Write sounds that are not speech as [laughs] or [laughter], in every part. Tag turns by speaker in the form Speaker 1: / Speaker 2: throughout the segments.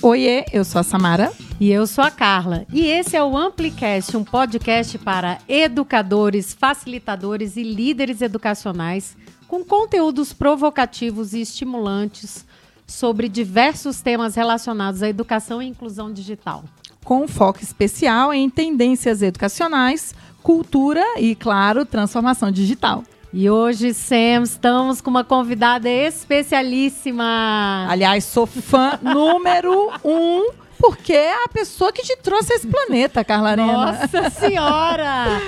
Speaker 1: Oiê, eu sou a Samara.
Speaker 2: E eu sou a Carla. E esse é o Amplicast, um podcast para educadores, facilitadores e líderes educacionais com conteúdos provocativos e estimulantes sobre diversos temas relacionados à educação e inclusão digital.
Speaker 1: Com um foco especial em tendências educacionais, cultura e, claro, transformação digital.
Speaker 2: E hoje, Sam, estamos com uma convidada especialíssima.
Speaker 1: Aliás, sou
Speaker 2: [laughs]
Speaker 1: fã número um, porque é a pessoa que te trouxe a esse planeta, Carla Arena.
Speaker 2: Nossa Senhora!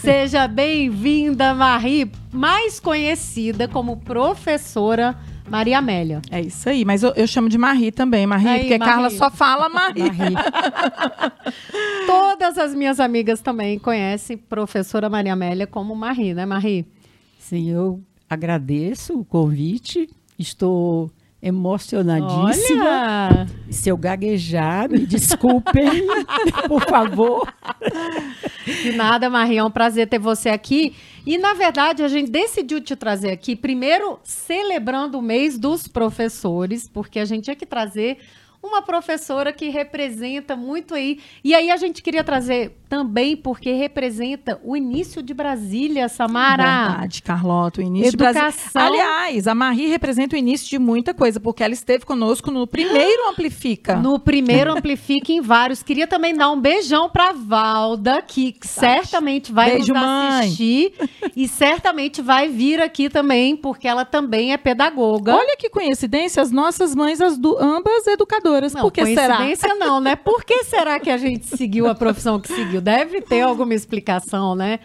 Speaker 2: Seja bem-vinda, Marie, mais conhecida como professora Maria Amélia.
Speaker 1: É isso aí, mas eu, eu chamo de Marie também, Marie,
Speaker 2: Aí,
Speaker 1: porque a
Speaker 2: Marie.
Speaker 1: Carla só fala Marie. [laughs]
Speaker 2: Todas as minhas amigas também conhecem professora Maria Amélia como Marie, né, Marie?
Speaker 3: Sim, eu agradeço o convite. Estou emocionadíssima.
Speaker 2: Olha!
Speaker 3: Se eu gaguejar, me desculpem, [laughs] por favor.
Speaker 2: De nada, Maria, é um prazer ter você aqui. E, na verdade, a gente decidiu te trazer aqui, primeiro, celebrando o mês dos professores, porque a gente tinha que trazer uma professora que representa muito aí. E aí a gente queria trazer também, porque representa o início de Brasília, Samara.
Speaker 1: Verdade, Carlota, o início de Brasil.
Speaker 2: Educação.
Speaker 1: Aliás, a Marie representa o início de muita coisa, porque ela esteve conosco no primeiro Amplifica.
Speaker 2: No primeiro Amplifica em vários. Queria também dar um beijão pra Valda, que certamente vai
Speaker 1: Beijo,
Speaker 2: nos
Speaker 1: mãe.
Speaker 2: assistir. E certamente vai vir aqui também, porque ela também é pedagoga.
Speaker 1: Olha que coincidência, as nossas mães, as du- ambas educadoras.
Speaker 2: Não,
Speaker 1: Por que será?
Speaker 2: coincidência não, né? Por que será que a gente seguiu a profissão que seguiu? Deve ter alguma explicação, né?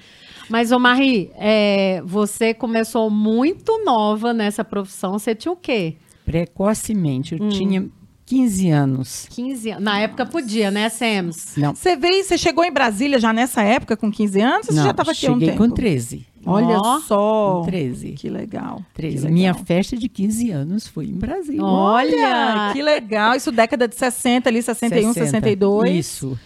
Speaker 2: Mas, ô Marie, é, você começou muito nova nessa profissão. Você tinha o quê?
Speaker 3: Precocemente,
Speaker 1: Hum.
Speaker 3: eu tinha 15 anos.
Speaker 2: 15 anos. Na época podia, né, Sams?
Speaker 3: Não,
Speaker 1: Você veio, você chegou em Brasília já nessa época, com 15 anos, ou você
Speaker 3: não,
Speaker 1: já estava aqui há um
Speaker 3: cheguei
Speaker 1: tempo?
Speaker 3: com 13.
Speaker 1: Olha
Speaker 2: Ó,
Speaker 1: só.
Speaker 3: Com 13.
Speaker 1: Que legal. Que
Speaker 3: 13.
Speaker 1: legal.
Speaker 3: Minha festa de 15 anos foi em Brasília.
Speaker 1: Olha, que legal. Isso década de 60 ali, 61,
Speaker 3: 60.
Speaker 1: 62.
Speaker 3: Isso.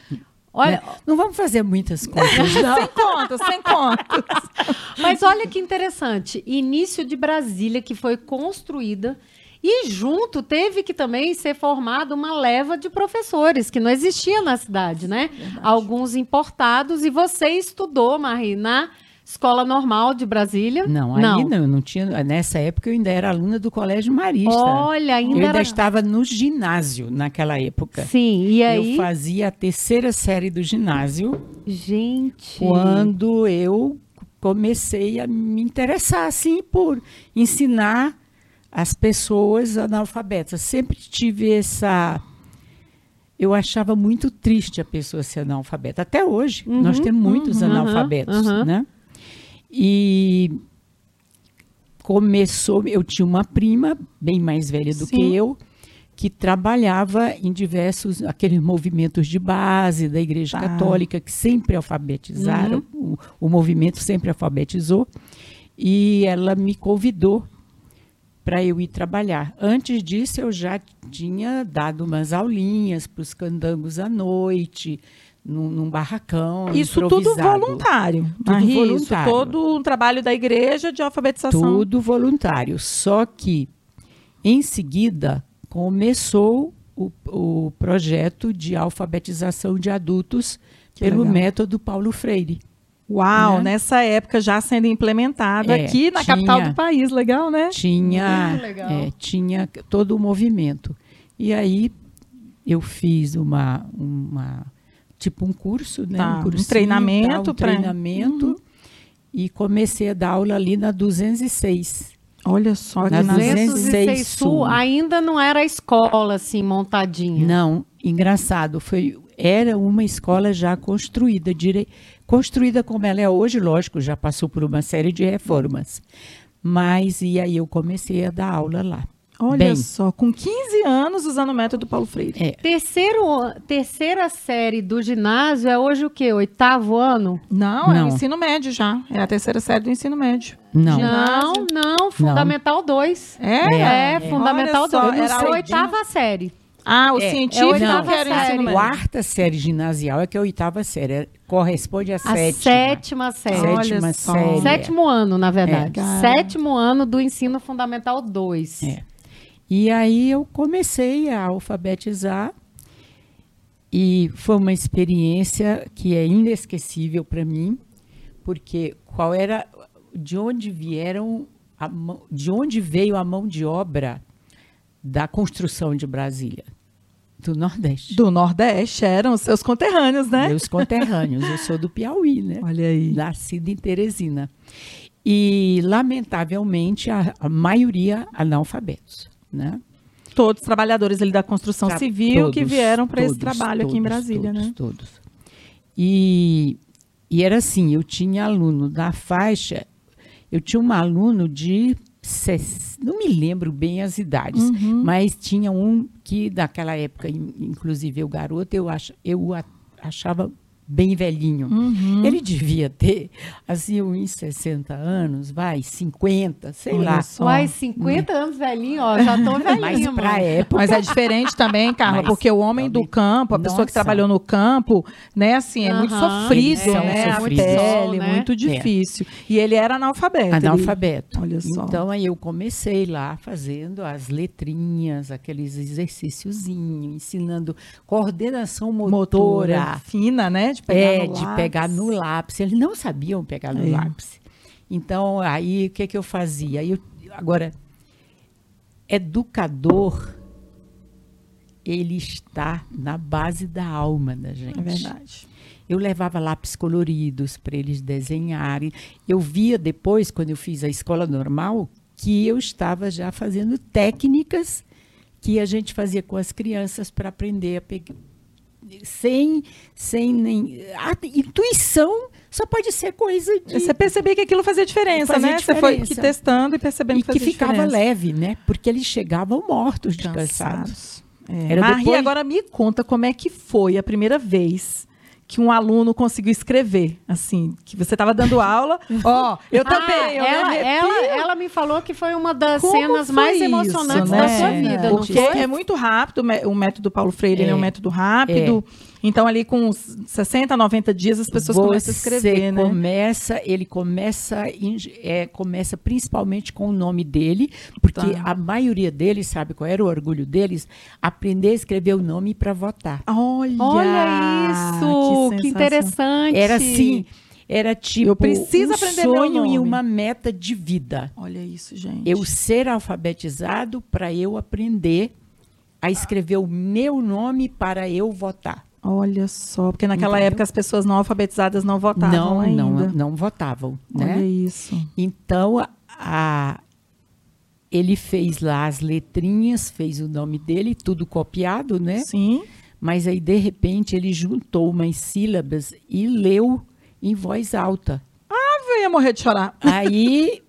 Speaker 2: Olha,
Speaker 3: Né? Não vamos fazer
Speaker 1: [laughs]
Speaker 3: muitas contas, não.
Speaker 1: Sem contas, sem contas.
Speaker 2: Mas olha que interessante, início de Brasília que foi construída e junto teve que também ser formada uma leva de professores que não existia na cidade, né? Alguns importados e você estudou, Marie, na Escola Normal de Brasília?
Speaker 3: Não, aí não. eu não tinha. Nessa época eu ainda era aluna do Colégio Marista.
Speaker 2: Olha,
Speaker 3: eu
Speaker 2: ainda
Speaker 3: ainda
Speaker 2: era...
Speaker 3: estava no ginásio naquela época.
Speaker 2: Sim, e aí?
Speaker 3: Eu fazia a terceira série do ginásio
Speaker 2: Gente.
Speaker 3: quando eu comecei a me interessar assim por ensinar as pessoas analfabetas. Sempre tive essa eu achava muito triste a pessoa ser analfabeta. Até hoje,
Speaker 2: Uhum,
Speaker 3: nós temos muitos
Speaker 2: uhum,
Speaker 3: analfabetos,
Speaker 2: uhum.
Speaker 3: né? E começou, eu tinha uma prima bem mais velha do que
Speaker 1: Sim.
Speaker 3: eu, que trabalhava em diversos aqueles movimentos de base da Igreja
Speaker 1: Tá. Uhum.
Speaker 3: Católica que sempre alfabetizaram, o, o movimento sempre alfabetizou, e ela me convidou para eu ir trabalhar. Antes disso, eu já tinha dado umas aulinhas para os candangos à noite, num, num barracão.
Speaker 1: Isso tudo
Speaker 3: improvisado.
Speaker 1: voluntário. Marie, Isso
Speaker 3: voluntário.
Speaker 1: todo um trabalho da igreja de alfabetização.
Speaker 3: Tudo voluntário. Só que, em seguida, começou o, o projeto de alfabetização de adultos
Speaker 1: Que
Speaker 3: pelo
Speaker 1: legal.
Speaker 3: método Paulo Freire.
Speaker 1: Uau,
Speaker 3: né?
Speaker 1: nessa época já sendo implementado
Speaker 3: É,
Speaker 1: aqui na
Speaker 3: tinha.
Speaker 1: capital do país, legal, né?
Speaker 3: Tinha,
Speaker 2: Muito legal.
Speaker 3: é, tinha todo o movimento. E aí eu fiz uma, uma tipo um curso, né?
Speaker 1: Tá, um
Speaker 3: cursinho e
Speaker 1: treinamento
Speaker 3: tal, um
Speaker 1: pra- Uhum.
Speaker 3: treinamento. E comecei a dar aula ali na 206.
Speaker 1: Olha só que
Speaker 3: Na
Speaker 1: na-
Speaker 2: 206
Speaker 3: 206
Speaker 2: Sul
Speaker 3: Sul.
Speaker 2: ainda não era a escola assim montadinha.
Speaker 3: Não, engraçado, foi era uma escola já construída, direi, construída como ela é hoje, lógico, já passou por uma série de reformas. Mas e aí eu comecei a dar aula lá.
Speaker 1: Olha
Speaker 3: Bem.
Speaker 1: só, com 15 anos usando o método Paulo Freire.
Speaker 3: É,
Speaker 2: Terceiro, an- terceira série do ginásio é hoje o quê? Oitavo ano?
Speaker 1: Não, é o
Speaker 3: Não.
Speaker 1: ensino médio já. É a terceira série do ensino médio.
Speaker 3: não.
Speaker 2: não, não, Fundamental 2.
Speaker 1: É?
Speaker 2: É, Fundamental
Speaker 1: Olha só,
Speaker 2: 2.
Speaker 1: era
Speaker 2: Era a
Speaker 1: o-
Speaker 2: oitava série.
Speaker 1: Ah, o
Speaker 3: É,
Speaker 2: é a
Speaker 1: científico
Speaker 2: oitava
Speaker 1: não, que era o
Speaker 2: série.
Speaker 1: ensino médio.
Speaker 3: Quarta série ginasial é que é a oitava série, é- corresponde à
Speaker 2: A sétima,
Speaker 3: sétima.
Speaker 2: série.
Speaker 1: Olha
Speaker 3: sétima
Speaker 1: só.
Speaker 3: série.
Speaker 2: Sétimo ano, na verdade.
Speaker 1: É.
Speaker 2: Sétimo ano do ensino fundamental 2.
Speaker 3: É. E aí eu comecei a alfabetizar E foi uma experiência que é inesquecível para mim, porque qual era de onde vieram a mão- de onde veio a mão de obra da construção de Brasília? Do Nordeste.
Speaker 1: Do Nordeste eram os seus conterrâneos, né?
Speaker 3: Meus conterrâneos, eu sou do Piauí, né?
Speaker 1: Olha aí.
Speaker 3: Nascida em Teresina. E, lamentavelmente, a, a maioria analfabetos, né?
Speaker 1: Todos os trabalhadores ali da construção
Speaker 3: Tra-
Speaker 1: civil Então, que
Speaker 3: todos,
Speaker 1: vieram para esse
Speaker 3: todos,
Speaker 1: trabalho aqui em
Speaker 3: todos,
Speaker 1: Brasília,
Speaker 3: todos,
Speaker 1: né?
Speaker 3: Todos. E, e era assim, eu tinha aluno da faixa, eu tinha um aluno de, ses- não me lembro bem as idades,
Speaker 1: Uhum.
Speaker 3: mas tinha um que naquela época, in- inclusive o garoto, eu, ach, eu o a- achava bem velhinho.
Speaker 1: Uhum.
Speaker 3: Ele devia ter, assim, uns 60 anos, vai, 50, sei
Speaker 1: Olha
Speaker 3: lá.
Speaker 1: só. Hum.
Speaker 2: Uai, 50 anos velhinho, ó, já
Speaker 1: [laughs]
Speaker 2: tô
Speaker 3: Mas
Speaker 2: velhinho,
Speaker 3: para
Speaker 2: mano.
Speaker 3: época,
Speaker 1: Mas é diferente também, Carla,
Speaker 3: Mas-
Speaker 1: porque o homem do campo, a pessoa que
Speaker 3: Nossa.
Speaker 1: trabalhou no campo, né, assim, é muito
Speaker 2: Aham,
Speaker 1: sofrido,
Speaker 3: eles são
Speaker 1: né? A
Speaker 3: sofridos.
Speaker 1: pele,
Speaker 2: Né?
Speaker 1: muito difícil. E ele era analfabeto. ele-
Speaker 3: É. analfabeto.
Speaker 1: Olha só.
Speaker 3: Então aí eu comecei lá fazendo as letrinhas, aqueles exercíciozinhos, ensinando coordenação
Speaker 1: motora
Speaker 3: motora,
Speaker 1: fina, né? De pegar
Speaker 3: é,
Speaker 1: no
Speaker 3: de
Speaker 1: lápis.
Speaker 3: pegar no lápis. Eles não sabiam pegar no
Speaker 1: É.
Speaker 3: lápis. Então aí o que que eu fazia? Aí Eu, agora educador ele está na base da alma da gente.
Speaker 1: É verdade.
Speaker 3: Eu levava lápis coloridos para eles desenharem. Eu via depois, quando eu fiz a escola normal, que eu estava já fazendo técnicas que a gente fazia com as crianças para aprender a pegar. Sem, sem nem. A intuição só pode ser coisa de.
Speaker 1: Você tá percebia que aquilo fazia diferença,
Speaker 3: Fazia
Speaker 1: né? Você foi
Speaker 3: diferença.
Speaker 1: que testando e percebendo
Speaker 3: e
Speaker 1: que
Speaker 3: que
Speaker 1: fazia
Speaker 3: ficava
Speaker 1: diferença.
Speaker 3: leve, né? Porque eles chegavam mortos, descansados.
Speaker 1: É.
Speaker 3: Era
Speaker 1: Maria,
Speaker 3: depois-
Speaker 1: agora me conta como é que foi a primeira vez que um aluno conseguiu escrever, assim, que você estava dando
Speaker 2: [laughs]
Speaker 1: aula. Ó, eu também, eu
Speaker 2: Ah, ela,
Speaker 1: me arrepio.
Speaker 2: ela, ela me falou que foi uma das
Speaker 1: Como
Speaker 2: cenas
Speaker 1: foi
Speaker 2: mais
Speaker 1: isso,
Speaker 2: emocionantes
Speaker 1: né?
Speaker 2: da sua vida, não
Speaker 1: Porque
Speaker 2: foi?
Speaker 1: é muito rápido, o mé- o método Paulo Freire ele é um método rápido.
Speaker 2: É.
Speaker 1: Então, ali com uns 60, 90 dias, as pessoas começam a escrever, né?
Speaker 3: começa, ele começa, em- é, começa principalmente com o nome dele, porque
Speaker 1: Tá.
Speaker 3: a maioria deles, sabe qual era o orgulho deles? Aprender a escrever o nome para votar.
Speaker 1: Olha,
Speaker 2: Olha isso, que,
Speaker 1: sensação.
Speaker 2: interessante.
Speaker 3: Era assim, era tipo
Speaker 1: Eu preciso
Speaker 3: um
Speaker 1: aprender meu
Speaker 3: sonho
Speaker 1: nome.
Speaker 3: e uma meta de vida.
Speaker 1: Olha isso, gente.
Speaker 3: Eu ser alfabetizado para eu aprender a escrever o meu nome para eu votar.
Speaker 1: Olha só, porque naquela
Speaker 3: Entendeu?
Speaker 1: época as pessoas não alfabetizadas não votavam
Speaker 3: não,
Speaker 1: ainda.
Speaker 3: não, não votavam, né?
Speaker 1: Olha isso.
Speaker 3: Então, a- a- ele fez lá as letrinhas, fez o nome dele, tudo copiado, né?
Speaker 1: Sim.
Speaker 3: Mas aí, de repente, ele juntou umas sílabas e leu em voz alta.
Speaker 1: Eu ia morrer de chorar.
Speaker 3: Aí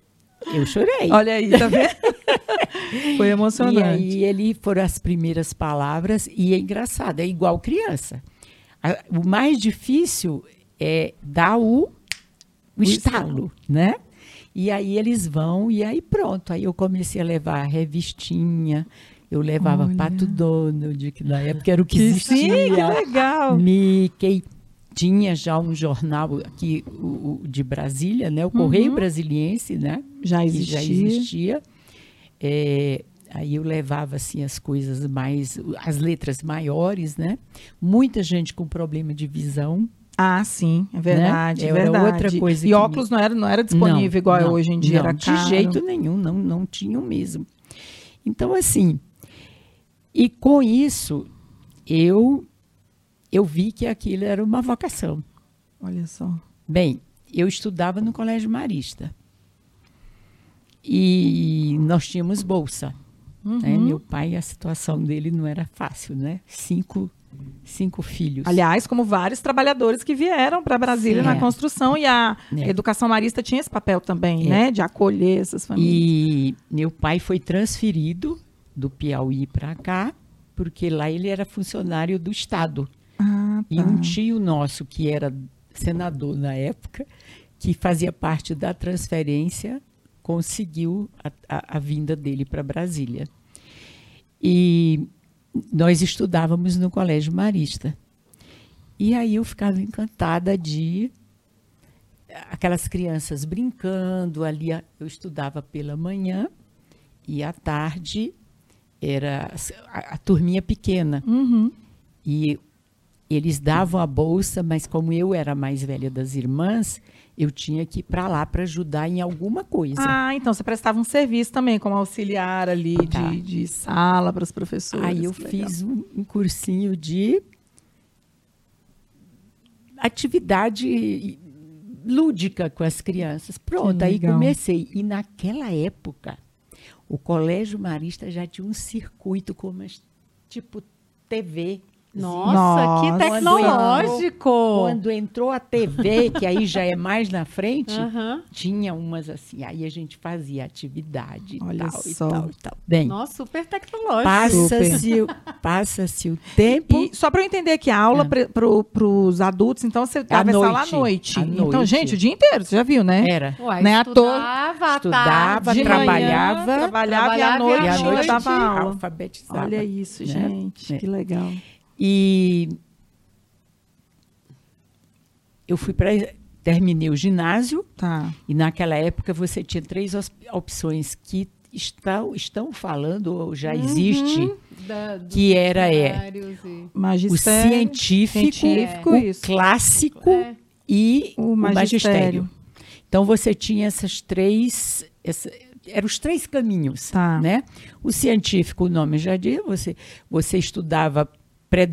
Speaker 3: eu chorei.
Speaker 1: Olha aí, tá vendo?
Speaker 3: [laughs]
Speaker 1: Foi
Speaker 3: E
Speaker 1: emocionante.
Speaker 3: aí ele foram as primeiras palavras e é engraçado, é igual criança. A- o mais difícil é dar o, o estalo, né? E aí eles vão e aí pronto. Aí eu comecei a levar a revistinha, eu levava
Speaker 1: Olha.
Speaker 3: Pato Donald, que na época era o que,
Speaker 1: Que sim,
Speaker 3: existia.
Speaker 1: que legal.
Speaker 3: Mickey. Tinha já um jornal aqui o, o de Brasília, né? O Correio
Speaker 1: Uhum.
Speaker 3: Brasiliense, né?
Speaker 1: Já
Speaker 3: que já
Speaker 1: existia.
Speaker 3: existia. É, aí eu levava assim as coisas mais, as letras maiores, né? Muita gente com problema de visão.
Speaker 1: Ah, sim, é verdade,
Speaker 3: Né?
Speaker 1: é
Speaker 3: Era
Speaker 1: verdade.
Speaker 3: outra coisa
Speaker 1: e
Speaker 3: que-
Speaker 1: óculos não era, não era disponível
Speaker 3: Não,
Speaker 1: igual é
Speaker 3: não,
Speaker 1: hoje em dia,
Speaker 3: não,
Speaker 1: era caro.
Speaker 3: De jeito nenhum, não, não tinham mesmo. Então assim, e com isso eu eu vi que aquilo era uma vocação.
Speaker 1: Olha só.
Speaker 3: Bem, eu estudava no colégio marista. E nós tínhamos bolsa. né? Meu pai, a situação dele não era fácil, né? Cinco, cinco filhos.
Speaker 1: Aliás, como vários trabalhadores que vieram para Brasília
Speaker 3: Sim.
Speaker 1: na
Speaker 3: É.
Speaker 1: construção e a
Speaker 3: É.
Speaker 1: educação marista tinha esse papel também,
Speaker 3: É.
Speaker 1: né, de acolher essas famílias.
Speaker 3: E meu pai foi transferido do Piauí para cá, porque lá ele era funcionário do Estado.
Speaker 1: Ah,
Speaker 3: E um tio nosso, que era senador na época, que fazia parte da transferência, conseguiu a, a- a vinda dele para Brasília. E nós estudávamos no Colégio Marista. E aí eu ficava encantada de aquelas crianças brincando ali. a- Eu estudava pela manhã e à tarde era a, a turminha pequena.
Speaker 1: Uhum.
Speaker 3: E Eles davam a bolsa, mas como eu era a mais velha das irmãs, eu tinha que ir para lá para ajudar em alguma coisa.
Speaker 1: Ah, então você prestava um serviço também, como auxiliar ali de-
Speaker 3: Tá.
Speaker 1: de, sala para os professores.
Speaker 3: Aí eu
Speaker 1: que legal.
Speaker 3: fiz um, um cursinho de atividade lúdica com as crianças. Pronto, aí
Speaker 1: legal.
Speaker 3: comecei. E naquela época, o Colégio Marista já tinha um circuito com umas, tipo TV.
Speaker 2: Nossa, que
Speaker 1: Nossa.
Speaker 2: tecnológico!
Speaker 3: Quando entrou a TV, que aí já é mais na frente,
Speaker 2: Aham.
Speaker 3: tinha umas assim. Aí a gente fazia atividade e
Speaker 1: Olha
Speaker 3: tal,
Speaker 1: só.
Speaker 3: e tal, e tal. Bem,
Speaker 2: Nossa, super tecnológico.
Speaker 3: passa-se o- passa-se o tempo.
Speaker 1: E só para eu entender aqui, a aula para os adultos, então você dava essa aula à
Speaker 3: noite.
Speaker 1: noite.
Speaker 3: À
Speaker 1: Então,
Speaker 3: noite.
Speaker 1: gente, o dia inteiro, você já viu, né?
Speaker 3: Era.
Speaker 2: Uai,
Speaker 1: Não é à toa.
Speaker 2: estudava, à
Speaker 3: Estudava,
Speaker 2: tarde, de manhã.
Speaker 3: trabalhava.
Speaker 1: Trabalhava, e à
Speaker 2: Trabalhava
Speaker 1: noite,
Speaker 2: e à
Speaker 1: eu
Speaker 2: noite
Speaker 1: dava aula.
Speaker 3: alfabetizava.
Speaker 1: Olha isso,
Speaker 3: né?
Speaker 1: gente,
Speaker 3: É.
Speaker 1: que legal.
Speaker 3: E eu fui para terminei o ginásio
Speaker 1: Tá.
Speaker 3: e naquela época você tinha três os- opções que estão estão falando ou já
Speaker 1: Uhum.
Speaker 3: existe
Speaker 2: né? Da- dos
Speaker 3: que era é
Speaker 2: horários e-
Speaker 3: o
Speaker 1: Magistério.
Speaker 3: científico,
Speaker 1: científico,
Speaker 3: o
Speaker 1: isso.
Speaker 3: clássico
Speaker 2: É.
Speaker 3: e
Speaker 1: O
Speaker 3: o magistério.
Speaker 1: magistério.
Speaker 3: Então você tinha essas três, essa, eram os três caminhos,
Speaker 1: Tá.
Speaker 3: né? O científico, o nome já diz, você você estudava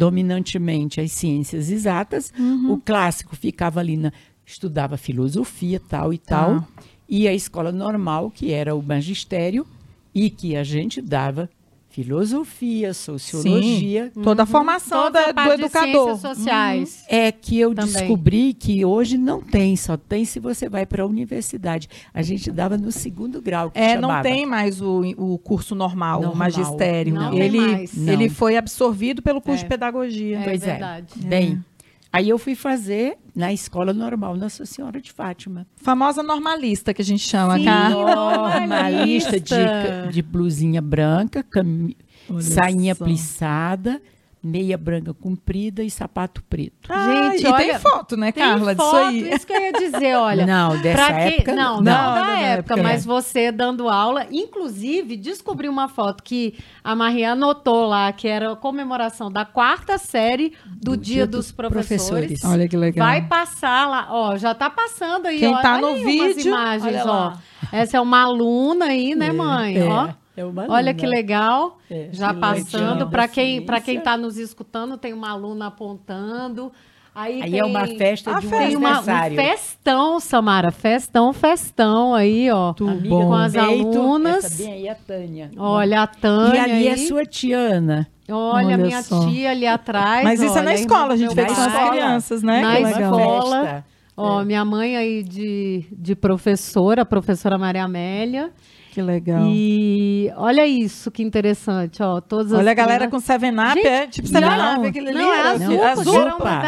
Speaker 3: predominantemente as ciências exatas.
Speaker 1: Uhum.
Speaker 3: O clássico ficava ali na estudava filosofia tal e
Speaker 1: Tá.
Speaker 3: tal e a escola normal que era o magistério e que a gente dava filosofia, sociologia,
Speaker 1: Toda a formação
Speaker 2: Toda
Speaker 1: da-
Speaker 2: a parte
Speaker 1: do
Speaker 2: de
Speaker 1: educador.
Speaker 2: ciências sociais.
Speaker 3: É que eu
Speaker 2: Também.
Speaker 3: descobri que hoje não tem, só tem se você vai para a universidade. A gente dava no segundo grau. Que
Speaker 1: É,
Speaker 3: chamava.
Speaker 1: não tem mais o, o curso normal, o
Speaker 3: Normal.
Speaker 1: magistério.
Speaker 2: Não
Speaker 1: ele,
Speaker 2: tem mais.
Speaker 1: ele
Speaker 3: Não.
Speaker 1: foi absorvido pelo curso
Speaker 2: É.
Speaker 1: de pedagogia.
Speaker 2: É
Speaker 3: Pois é.
Speaker 2: verdade.
Speaker 3: Bem,
Speaker 2: É.
Speaker 3: aí eu fui fazer na escola normal Nossa Senhora de Fátima.
Speaker 1: Famosa normalista que a gente chama, tá?
Speaker 2: Sim.
Speaker 1: cara.
Speaker 2: normalista.
Speaker 3: Normalista de, ca- de blusinha branca, cami-
Speaker 1: Olha
Speaker 3: sainha
Speaker 1: só.
Speaker 3: plissada, meia branca comprida e sapato preto.
Speaker 1: Ah,
Speaker 2: Gente,
Speaker 1: e tem
Speaker 2: olha,
Speaker 1: foto, né,
Speaker 2: Tem
Speaker 1: Carla,
Speaker 2: foto,
Speaker 1: disso aí.
Speaker 2: isso que eu ia dizer, olha.
Speaker 3: não, dessa
Speaker 2: pra que-
Speaker 3: época
Speaker 2: não, não,
Speaker 1: Não,
Speaker 2: da
Speaker 1: não,
Speaker 2: época,
Speaker 1: da época,
Speaker 2: mas você dando aula, inclusive descobri uma foto que a Maria anotou lá, que era a comemoração da quarta série do, Dia, dos, Professores.
Speaker 1: Olha que legal.
Speaker 2: Vai passar lá, ó, já tá passando aí,
Speaker 1: Quem
Speaker 2: ó,
Speaker 1: tá
Speaker 2: olha
Speaker 1: no
Speaker 2: aí umas
Speaker 1: vídeo,
Speaker 2: imagens,
Speaker 1: olha
Speaker 2: ó.
Speaker 1: lá.
Speaker 2: Essa é uma aluna aí, né, mãe?
Speaker 3: É,
Speaker 2: ó.
Speaker 3: é uma
Speaker 2: Olha
Speaker 3: aluna.
Speaker 2: que legal.
Speaker 3: É,
Speaker 2: Já
Speaker 3: que
Speaker 2: passando.
Speaker 3: legal.
Speaker 2: Para quem para quem tá
Speaker 3: Ciência.
Speaker 2: está nos escutando, tem uma aluna apontando. Aí,
Speaker 3: Aí
Speaker 2: tem,
Speaker 3: é uma festa
Speaker 1: a
Speaker 3: de um
Speaker 1: festa.
Speaker 2: Tem uma, um
Speaker 3: aniversário.
Speaker 2: festão, Samara. Festão, festão aí, ó.
Speaker 1: Tudo
Speaker 3: Amiga,
Speaker 2: Com as
Speaker 3: peito,
Speaker 2: alunas.
Speaker 3: Essa bem aí é a Tânia.
Speaker 2: Olha a Tânia.
Speaker 3: E ali é
Speaker 2: aí.
Speaker 3: sua tiana.
Speaker 2: Olha,
Speaker 1: Olha
Speaker 2: minha
Speaker 1: só.
Speaker 2: tia ali atrás.
Speaker 1: Mas isso é na
Speaker 2: olha, irmã
Speaker 1: escola, a
Speaker 2: do
Speaker 1: gente vê
Speaker 2: meu
Speaker 1: que são
Speaker 2: pai.
Speaker 1: as crianças, né?
Speaker 2: Na
Speaker 1: que legal.
Speaker 2: escola. Ó,
Speaker 3: É.
Speaker 2: minha mãe aí de, de professora, professora Maria Amélia.
Speaker 1: Que legal.
Speaker 2: E olha isso, que interessante, ó. Todas as
Speaker 1: Olha a galera
Speaker 2: crianças-
Speaker 1: com 7-Up,
Speaker 2: Gente,
Speaker 1: é tipo 7-Up,
Speaker 3: não,
Speaker 1: aquele
Speaker 2: Não, é
Speaker 1: ali.
Speaker 2: azul,
Speaker 3: Não,
Speaker 1: é
Speaker 2: porque
Speaker 1: azul.
Speaker 2: era uma,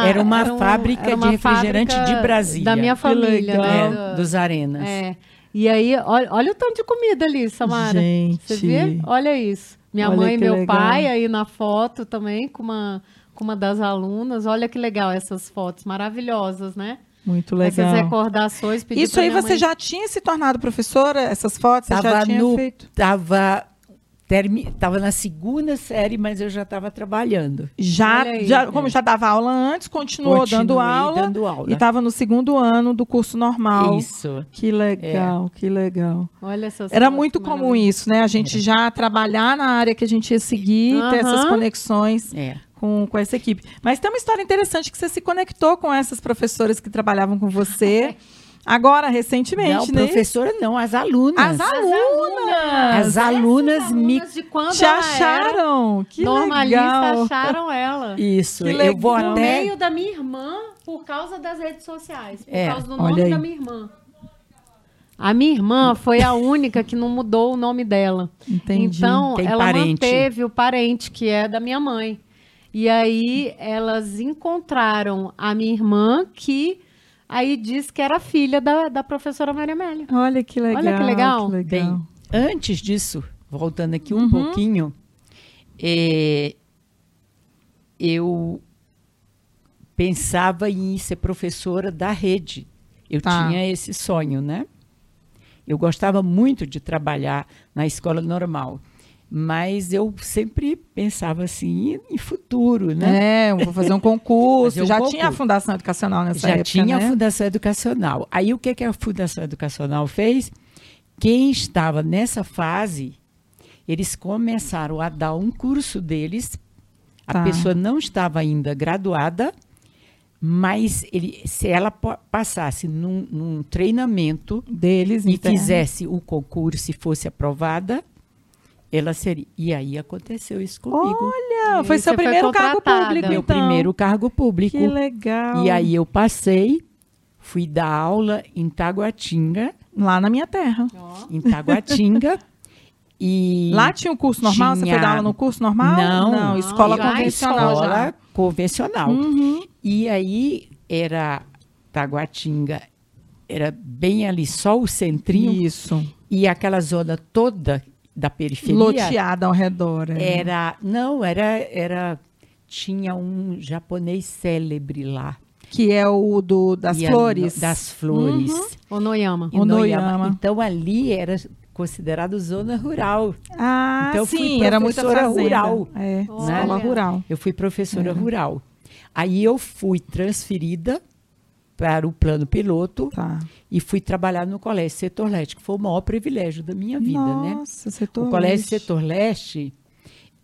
Speaker 2: da-
Speaker 3: Era uma
Speaker 2: um-
Speaker 3: fábrica
Speaker 2: era
Speaker 3: de
Speaker 2: uma
Speaker 3: refrigerante
Speaker 2: fábrica
Speaker 3: de Brasília.
Speaker 2: Da minha
Speaker 3: Que
Speaker 2: família, né?
Speaker 3: É,
Speaker 2: Do-
Speaker 3: dos arenas.
Speaker 2: é. E aí, olha, olha o tanto de comida ali, Samara.
Speaker 1: Gente.
Speaker 2: Você vê? Olha isso. Minha
Speaker 1: Olha
Speaker 2: mãe e
Speaker 1: que
Speaker 2: meu
Speaker 1: legal.
Speaker 2: pai aí na foto também, com uma, com uma das alunas. Olha que legal essas fotos maravilhosas, né?
Speaker 1: Muito
Speaker 2: Essas
Speaker 1: legal.
Speaker 2: recordações. pedi
Speaker 1: Isso
Speaker 2: pra
Speaker 1: aí
Speaker 2: minha
Speaker 1: você
Speaker 2: mãe-
Speaker 1: já tinha se tornado professora? Essas fotos você já
Speaker 3: Tava
Speaker 1: tinha
Speaker 3: no,
Speaker 1: feito?
Speaker 3: tava, termi, tava na segunda série, mas eu já estava trabalhando.
Speaker 1: Já,
Speaker 2: Olha aí.
Speaker 1: já- como já dava aula antes, continuou
Speaker 3: Continuei
Speaker 1: dando aula.
Speaker 3: dando aula.
Speaker 1: E estava no segundo ano do curso normal.
Speaker 3: Isso.
Speaker 1: Que legal,
Speaker 2: É.
Speaker 1: que legal.
Speaker 2: Olha essas
Speaker 1: Era
Speaker 2: fotos
Speaker 1: muito comum
Speaker 2: maravilhosas.
Speaker 1: isso, né? A gente já trabalhar na área que a gente ia seguir, ter essas
Speaker 2: É. Aham.
Speaker 1: conexões
Speaker 3: É.
Speaker 1: com, com essa equipe. Mas tem uma história interessante que você se conectou com essas professoras que trabalhavam com
Speaker 2: É.
Speaker 1: você. Agora,
Speaker 3: Não,
Speaker 1: recentemente, né?
Speaker 3: professora não, as
Speaker 1: As
Speaker 3: alunas.
Speaker 1: alunas!
Speaker 3: As alunas me...
Speaker 2: Alunas de quando
Speaker 1: Te
Speaker 2: ela era
Speaker 1: acharam! Que
Speaker 2: Normalista
Speaker 1: legal!
Speaker 2: acharam ela.
Speaker 3: Isso,
Speaker 1: Que
Speaker 3: eu vou
Speaker 1: legal.
Speaker 2: No
Speaker 3: até...
Speaker 2: meio da minha irmã, por causa das redes sociais. Por
Speaker 3: É,
Speaker 2: causa do
Speaker 1: olha
Speaker 2: nome
Speaker 1: aí.
Speaker 2: da minha irmã. A minha irmã foi a única que não mudou o nome dela.
Speaker 1: Entendi.
Speaker 2: Então,
Speaker 3: Tem
Speaker 2: ela
Speaker 3: parente.
Speaker 2: manteve o parente, que é da minha mãe. E aí, elas encontraram a minha irmã, que aí diz que era filha da, da professora Maria Amélia.
Speaker 1: Olha que legal!
Speaker 2: Olha que legal.
Speaker 1: que legal.
Speaker 3: Bem, antes disso, voltando aqui um pouquinho, é, eu pensava em ser professora da rede. Eu
Speaker 1: Tá.
Speaker 3: tinha esse sonho, né? Eu gostava muito de trabalhar na escola normal. Mas eu sempre pensava assim, em- em futuro,
Speaker 1: É,
Speaker 3: né?
Speaker 1: eu vou fazer um concurso.
Speaker 3: Fazer um
Speaker 1: já
Speaker 3: concurso.
Speaker 1: tinha a Fundação Educacional nessa
Speaker 3: Já
Speaker 1: época,
Speaker 3: tinha
Speaker 1: né?
Speaker 3: a Fundação Educacional. Aí o que, que a Fundação Educacional fez? Quem estava nessa fase, eles começaram a dar um curso deles. A
Speaker 1: Tá.
Speaker 3: pessoa não estava ainda graduada, mas ele- se ela po- passasse num, num treinamento
Speaker 1: Deles,
Speaker 3: e
Speaker 1: interno.
Speaker 3: fizesse o concurso e fosse aprovada, ela seria. E aí aconteceu isso comigo.
Speaker 1: Olha,
Speaker 2: E
Speaker 1: foi seu
Speaker 2: você foi
Speaker 1: primeiro cargo
Speaker 2: contratada.
Speaker 1: público,
Speaker 3: Meu
Speaker 1: então.
Speaker 3: primeiro cargo público.
Speaker 1: Que legal.
Speaker 3: E aí eu passei, fui dar aula em Taguatinga,
Speaker 1: Lá na minha terra.
Speaker 2: Ó.
Speaker 3: em
Speaker 1: [laughs]
Speaker 3: Taguatinga, e
Speaker 1: Lá tinha um curso normal? Você foi
Speaker 3: Tinha-
Speaker 1: dar aula no curso normal?
Speaker 3: Não.
Speaker 1: Não, é escola Uhum.
Speaker 2: Já
Speaker 1: convencional
Speaker 3: escola
Speaker 1: já.
Speaker 3: convencional. E aí era Taguatinga, era bem ali só o centrinho
Speaker 1: Isso.
Speaker 3: e aquela zona toda da periferia
Speaker 1: Loteada ao redor. é.
Speaker 3: era não era era tinha um japonês célebre lá
Speaker 1: Que é o do, das
Speaker 3: E a-
Speaker 1: flores. Uhum.
Speaker 3: das flores
Speaker 2: Onoyama.
Speaker 3: em
Speaker 1: Onoyama.
Speaker 3: Noyama. Então ali era considerado zona rural.
Speaker 1: Ah,
Speaker 3: Então, eu fui
Speaker 1: sim, era muita
Speaker 3: professora
Speaker 1: fazenda.
Speaker 3: rural,
Speaker 1: É,
Speaker 2: Olha.
Speaker 1: escola rural.
Speaker 3: Eu fui
Speaker 1: É.
Speaker 3: professora rural. Aí eu fui transferida para o plano piloto
Speaker 1: Tá.
Speaker 3: e fui trabalhar no Colégio Setor Leste, que foi o maior privilégio da minha vida, né?
Speaker 1: Nossa, setor
Speaker 3: o Colégio
Speaker 1: leste.
Speaker 3: Setor Leste,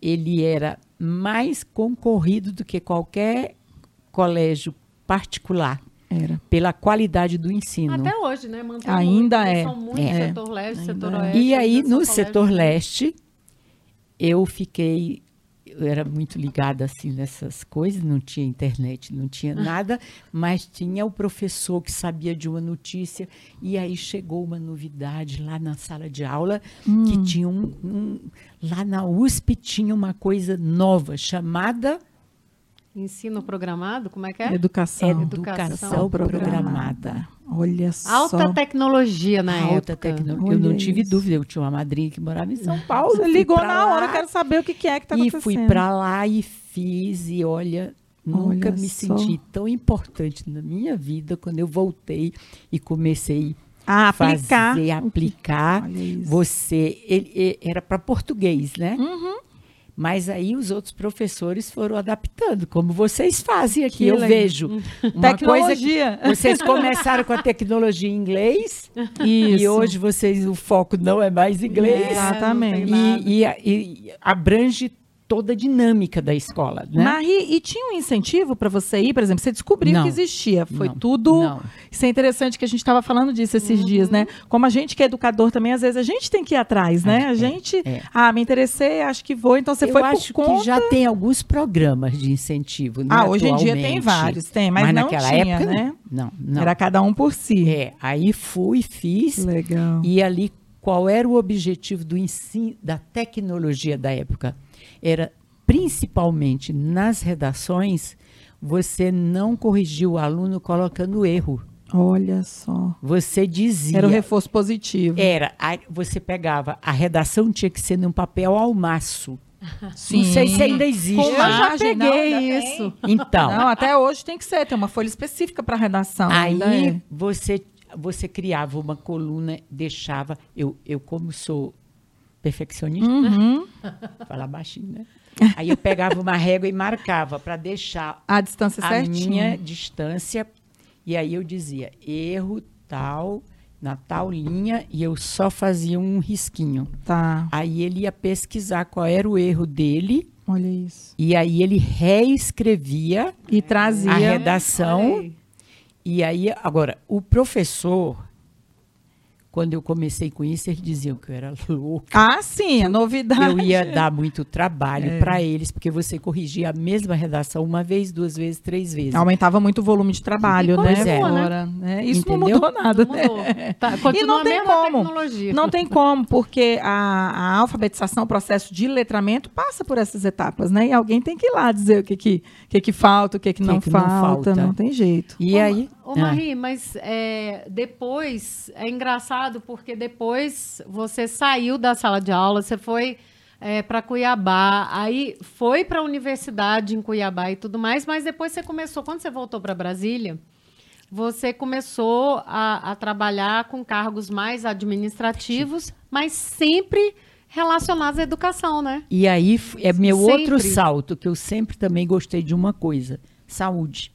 Speaker 3: ele era mais concorrido do que qualquer colégio particular,
Speaker 1: Era.
Speaker 3: pela qualidade do ensino.
Speaker 2: Até hoje, né? Mantém
Speaker 1: Ainda
Speaker 2: muito,
Speaker 1: é.
Speaker 2: São muitos
Speaker 1: É.
Speaker 2: setor leste, setor
Speaker 1: Ainda é.
Speaker 2: oeste.
Speaker 3: E aí,
Speaker 2: ainda são
Speaker 3: no
Speaker 2: colégios-
Speaker 3: setor leste, eu fiquei. Eu era muito ligada assim nessas coisas, não tinha internet, não tinha nada, mas tinha o professor que sabia de uma notícia. E aí chegou uma novidade lá na sala de aula, que tinha um, um. Lá na USP tinha uma coisa nova chamada
Speaker 2: Ensino programado, como é que é?
Speaker 1: Educação.
Speaker 3: educação,
Speaker 2: Educação
Speaker 3: programada.
Speaker 1: Olha só.
Speaker 2: Alta tecnologia na
Speaker 3: Alta
Speaker 2: época.
Speaker 3: tecnologia. Eu não
Speaker 1: Olha
Speaker 3: tive
Speaker 1: isso. Ah.
Speaker 3: dúvida, eu tinha uma madrinha que morava em São Paulo.
Speaker 1: Você
Speaker 3: fui
Speaker 1: ligou
Speaker 3: pra
Speaker 1: na hora,
Speaker 3: lá.
Speaker 1: quero saber o que, que é que tá
Speaker 3: e
Speaker 1: acontecendo.
Speaker 3: fui pra lá e fiz e olha nunca
Speaker 1: Olha
Speaker 3: me
Speaker 1: só.
Speaker 3: senti tão importante na minha vida quando eu voltei e comecei
Speaker 1: Ah,
Speaker 3: a
Speaker 1: aplicar.
Speaker 3: fazer aplicar
Speaker 1: Olha isso.
Speaker 3: você ele, e- era para português né
Speaker 1: Uhum.
Speaker 3: mas aí os outros professores foram adaptando como vocês fazem aqui
Speaker 1: Que
Speaker 3: eu
Speaker 1: legal.
Speaker 3: vejo uma coisa que
Speaker 1: [laughs] Tecnologia. É,
Speaker 3: vocês começaram com a tecnologia em inglês
Speaker 1: [laughs] Isso.
Speaker 3: e hoje vocês o foco não é mais inglês
Speaker 1: Exatamente.
Speaker 2: não tem nada.
Speaker 3: e, e a- e abrange toda a dinâmica da escola, né?
Speaker 1: Marie, e tinha um incentivo para você ir, por exemplo, você descobriu
Speaker 3: Não.
Speaker 1: que existia. Foi
Speaker 3: Não.
Speaker 1: tudo.
Speaker 3: Não. Uhum.
Speaker 1: Isso é interessante que a gente estava falando disso esses dias, né? Como a gente que é educador também, às vezes a gente tem que ir atrás, né? A gente,
Speaker 3: é.
Speaker 1: ah, me interessei, acho que vou, então você
Speaker 3: Eu
Speaker 1: foi
Speaker 3: acho
Speaker 1: por conta.
Speaker 3: que já né, tem alguns programas de incentivo. né,
Speaker 1: ah, hoje em dia tem
Speaker 3: atualmente.
Speaker 1: vários, tem, mas, não
Speaker 3: naquela
Speaker 1: tinha,
Speaker 3: época
Speaker 1: né?
Speaker 3: não, não.
Speaker 1: Era cada um por si.
Speaker 3: É, aí fui, fiz
Speaker 1: Legal.
Speaker 3: e ali qual era o objetivo do ensino da tecnologia da época? Era principalmente nas redações você não corrigia o aluno colocando erro.
Speaker 1: Olha só.
Speaker 3: Você dizia
Speaker 1: Era um o reforço positivo.
Speaker 3: Era, a- você pegava, a redação tinha que ser num papel ao maço.
Speaker 1: Sim.
Speaker 3: Não sei se ainda existe.
Speaker 1: Com
Speaker 2: Eu já
Speaker 1: margem, não,
Speaker 2: peguei
Speaker 1: ainda tem.
Speaker 2: isso.
Speaker 3: Então,
Speaker 1: Não, até hoje tem que ser, tem uma folha específica para redação.
Speaker 3: aí
Speaker 1: ainda é.
Speaker 3: você, você criava uma coluna, deixava. Eu, eu como sou perfeccionista,
Speaker 1: Uhum.
Speaker 3: [laughs] falar baixinho, né? Aí eu pegava uma régua e marcava para deixar
Speaker 1: A distância
Speaker 3: a
Speaker 1: certinha.
Speaker 3: minha distância. E aí eu dizia erro tal, na tal linha, e eu só fazia um risquinho.
Speaker 1: Tá,
Speaker 3: Aí ele ia pesquisar qual era o erro dele
Speaker 1: olha isso.
Speaker 3: e aí ele reescrevia
Speaker 1: E trazia.
Speaker 3: a redação. E aí, agora, o professor, quando eu comecei com isso, eles diziam que eu era louca.
Speaker 1: Ah, sim, a novidade.
Speaker 3: Eu ia dar muito trabalho para eles, porque você corrigia a mesma redação uma vez, duas vezes, três vezes.
Speaker 1: Aumentava muito o volume de trabalho,
Speaker 2: E
Speaker 1: né?
Speaker 2: continua, né?
Speaker 1: Agora, né? Isso não
Speaker 3: Entendeu?
Speaker 1: mudou nada,
Speaker 2: Não
Speaker 1: né?
Speaker 2: mudou.
Speaker 1: [laughs]
Speaker 2: Tá, continua
Speaker 1: não tem
Speaker 2: a mesma
Speaker 1: como.
Speaker 2: tecnologia.
Speaker 1: Não tem como, porque a, a alfabetização, o processo de letramento, passa por essas etapas, né? E alguém tem que ir lá dizer o que que, o que, que falta, o que, que,
Speaker 3: O que
Speaker 1: não,
Speaker 3: que não
Speaker 1: falta. não
Speaker 3: falta.
Speaker 1: tem jeito.
Speaker 3: E
Speaker 2: Ô,
Speaker 3: aí.
Speaker 2: Ma- Ô,
Speaker 3: Ah.
Speaker 2: Marie, mas é, depois, é engraçado porque depois você saiu da sala de aula, você foi para Cuiabá, aí foi para a universidade em Cuiabá e tudo mais, mas depois você começou, quando você voltou para Brasília, você começou a, a trabalhar com cargos mais administrativos, mas sempre relacionados à educação, né?
Speaker 3: E aí f- é meu outro
Speaker 2: Sempre.
Speaker 3: salto, que eu sempre também gostei de uma coisa: saúde.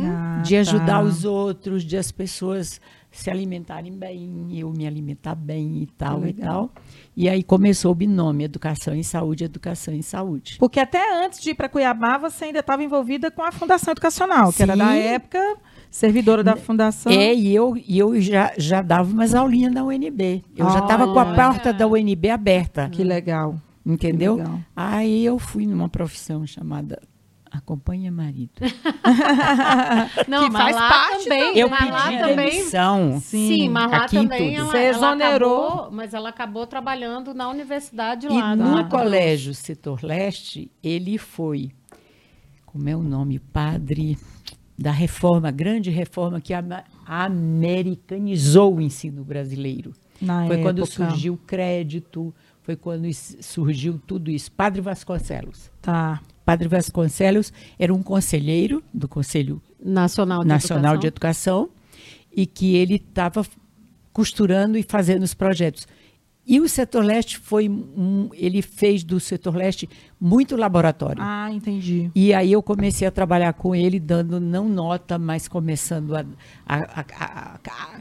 Speaker 1: Ah,
Speaker 3: de ajudar
Speaker 1: tá.
Speaker 3: os outros, de as pessoas se alimentarem bem, eu me alimentar bem e tal e tal. E aí começou o binômio Educação em Saúde, Educação em Saúde.
Speaker 1: Porque até antes de ir para Cuiabá, você ainda estava envolvida com a Fundação Educacional, que era da
Speaker 3: Sim.
Speaker 1: época servidora da Fundação.
Speaker 3: É, e eu, e eu já, já dava umas aulinhas na UNB. Eu já estava com a
Speaker 1: Olha.
Speaker 3: porta da UNB aberta,
Speaker 1: Que legal.
Speaker 3: entendeu?
Speaker 1: legal.
Speaker 3: Aí eu fui numa profissão chamada
Speaker 1: [laughs]
Speaker 3: Acompanha Marido.
Speaker 2: Não,
Speaker 1: Que
Speaker 2: mas
Speaker 1: faz
Speaker 2: lá
Speaker 1: parte né?
Speaker 2: também,
Speaker 3: Eu
Speaker 2: mas lá
Speaker 3: pedi
Speaker 2: também.
Speaker 3: demissão.
Speaker 2: Sim,
Speaker 1: Sim,
Speaker 2: mas lá
Speaker 3: aqui em
Speaker 2: também
Speaker 3: tudo.
Speaker 2: ela,
Speaker 1: Você é
Speaker 2: ela
Speaker 1: exonerou.
Speaker 2: acabou, mas ela acabou trabalhando na universidade
Speaker 3: E
Speaker 2: lá.
Speaker 3: no
Speaker 1: né?
Speaker 2: lá.
Speaker 3: colégio Setor Leste, ele foi, como é o nome, padre da reforma, grande reforma que ama- americanizou o ensino brasileiro.
Speaker 1: [laughs] Na
Speaker 3: foi quando
Speaker 1: época.
Speaker 3: surgiu o crédito, foi quando is- surgiu tudo isso. Padre Vasconcelos.
Speaker 1: Tá.
Speaker 3: Padre Vasconcelos era um conselheiro do Conselho
Speaker 2: Nacional de
Speaker 3: Nacional de
Speaker 2: Educação.
Speaker 3: Educação e que ele estava costurando e fazendo os projetos. E o setor leste foi um, ele fez do setor leste muito laboratório.
Speaker 1: Ah, entendi.
Speaker 3: E aí eu comecei a trabalhar com ele, dando não nota, mas começando a, a- a- a- a-